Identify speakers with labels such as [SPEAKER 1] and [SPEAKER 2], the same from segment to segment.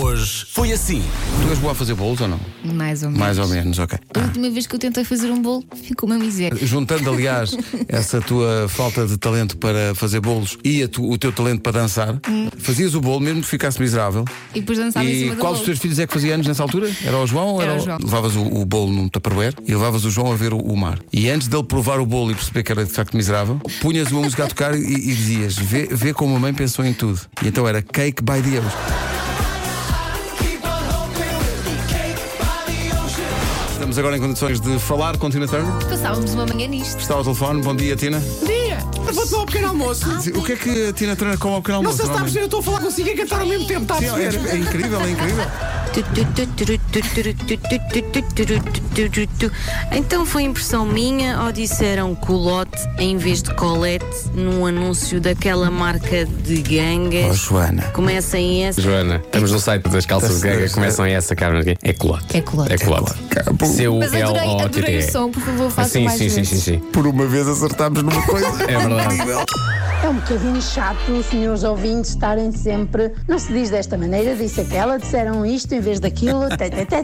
[SPEAKER 1] Hoje foi assim.
[SPEAKER 2] Tu és boa a fazer bolos ou não?
[SPEAKER 3] Mais ou menos.
[SPEAKER 2] Mais ou menos, ok.
[SPEAKER 3] A última vez que eu tentei fazer um bolo ficou uma miséria.
[SPEAKER 2] Juntando, aliás, essa tua falta de talento para fazer bolos e a tu- o teu talento para dançar, fazias o bolo mesmo que ficasse miserável.
[SPEAKER 3] E depois dançava em
[SPEAKER 2] E
[SPEAKER 3] cima do
[SPEAKER 2] qual dos
[SPEAKER 3] bolo.
[SPEAKER 2] teus filhos é que fazia anos nessa altura? Era o João ou
[SPEAKER 3] Era
[SPEAKER 2] era
[SPEAKER 3] o
[SPEAKER 2] o...
[SPEAKER 3] João.
[SPEAKER 2] Levavas o, o bolo num tupperware e levavas o João a ver o, o mar. E antes dele provar o bolo e perceber que era de facto miserável, punhas uma música a tocar e, e dizias: vê, vê como a mãe pensou em tudo. E então era Cake by the Ocean. Estamos agora em condições de falar com Tina Turner.
[SPEAKER 3] Passávamos uma manhã nisto.
[SPEAKER 2] Está ao telefone. Bom dia, Tina.
[SPEAKER 4] Dia! Vou tomar um pequeno almoço.
[SPEAKER 2] O que é que a Tina Turner come ao pequeno
[SPEAKER 4] Não
[SPEAKER 2] almoço?
[SPEAKER 4] sei se está a perceber, eu estou a falar consigo e cantar ao mesmo tempo, está a
[SPEAKER 2] normalmente? Sim, é,
[SPEAKER 4] perceber?
[SPEAKER 2] é incrível, é incrível.
[SPEAKER 5] Então foi impressão minha ou disseram colote em vez de colete num anúncio daquela marca de
[SPEAKER 2] Oh,
[SPEAKER 5] gangas?
[SPEAKER 2] Joana.
[SPEAKER 5] Começa em S.
[SPEAKER 6] Joana, estamos no site das calças de ganga, começam essa, Carmen. É colote.
[SPEAKER 3] É colote.
[SPEAKER 6] É colote.
[SPEAKER 3] Mas adorei, adorei o som, por favor, faça
[SPEAKER 6] É Sim,
[SPEAKER 3] mais
[SPEAKER 6] sim, sim,
[SPEAKER 3] vezes.
[SPEAKER 6] sim, sim.
[SPEAKER 2] Por uma vez acertámos numa coisa.
[SPEAKER 6] É verdade.
[SPEAKER 7] É um bocadinho chato os senhores ouvintes estarem sempre. Não se diz desta maneira, disse aquela, disseram isto em vez daquilo. tê, tê, tê,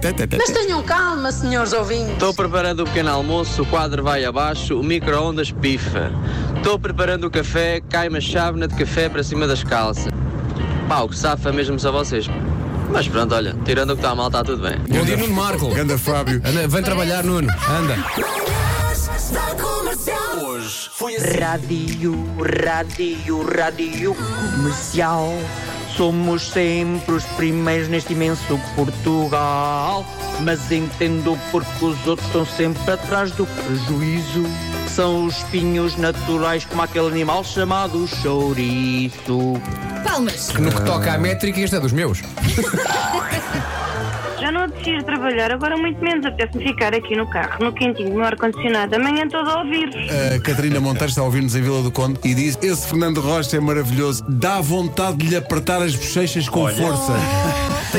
[SPEAKER 7] tê, tê, tê. Mas tenham calma, senhores ouvintes.
[SPEAKER 8] Estou preparando o pequeno almoço, o quadro vai abaixo, o micro-ondas pifa. Estou preparando o café, cai uma chávena de café para cima das calças. Pá, o que safa mesmo só vocês. Mas pronto, olha, tirando o que está mal, está tudo bem.
[SPEAKER 6] Bom dia, Nuno Marco.
[SPEAKER 2] Ganda Fábio.
[SPEAKER 6] Anda, vem trabalhar, Nuno. Anda.
[SPEAKER 1] Hoje foi assim.
[SPEAKER 9] Rádio, rádio, rádio comercial. Somos sempre os primeiros neste imenso Portugal. Mas entendo porque os outros estão sempre atrás do prejuízo. São os espinhos naturais, como aquele animal chamado chouriço.
[SPEAKER 3] Palmas.
[SPEAKER 6] No que toca à métrica, este é dos meus.
[SPEAKER 10] Já não decido trabalhar, agora muito menos. Apetece-me ficar aqui no carro, no quentinho, no ar-condicionado. Amanhã todo a ouvir-vos.
[SPEAKER 2] A Catarina Monteiro está a ouvir-nos em Vila do Conde e diz: Esse Fernando Rocha é maravilhoso, dá vontade de lhe apertar as bochechas com força.
[SPEAKER 6] Oh.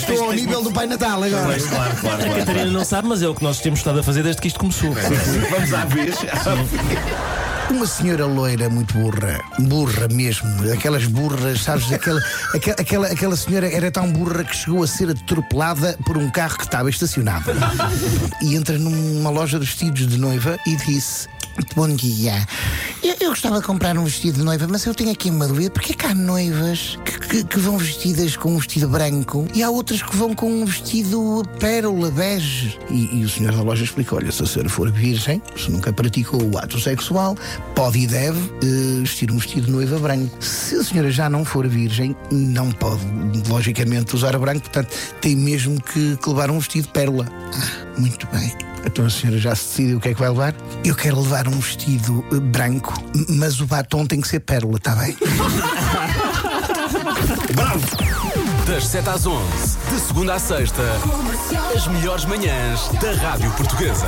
[SPEAKER 4] Estou ao nível do Pai Natal agora.
[SPEAKER 11] A Catarina não sabe, mas é o que nós temos estado a fazer desde que isto começou.
[SPEAKER 4] Uma senhora loira muito burra, burra mesmo, aquelas burras, sabes? Aquela, aquela, aquela, aquela senhora era tão burra que chegou a ser atropelada por um carro que estava estacionado. E entra numa loja de vestidos de noiva e disse: Bom dia, eu, eu gostava de comprar um vestido de noiva, mas eu tenho aqui uma dúvida: porque é que há noivas que, que- que vão vestidas com um vestido branco e há outras que vão com um vestido pérola bege? E, e o senhor da loja explicou: Olha, se a senhora for virgem, se nunca praticou o ato sexual, pode e deve eh, vestir um vestido de noiva branco. Se a senhora já não for virgem, não pode, logicamente, usar branco, portanto, tem mesmo que, que levar um vestido de pérola. Ah, muito bem. Então a senhora já se decidiu o que é que vai levar? Eu quero levar um vestido eh, branco, m- mas o batom tem que ser pérola, está bem?
[SPEAKER 1] Das 7 às 11, de segunda à sexta, as melhores manhãs da Rádio Portuguesa.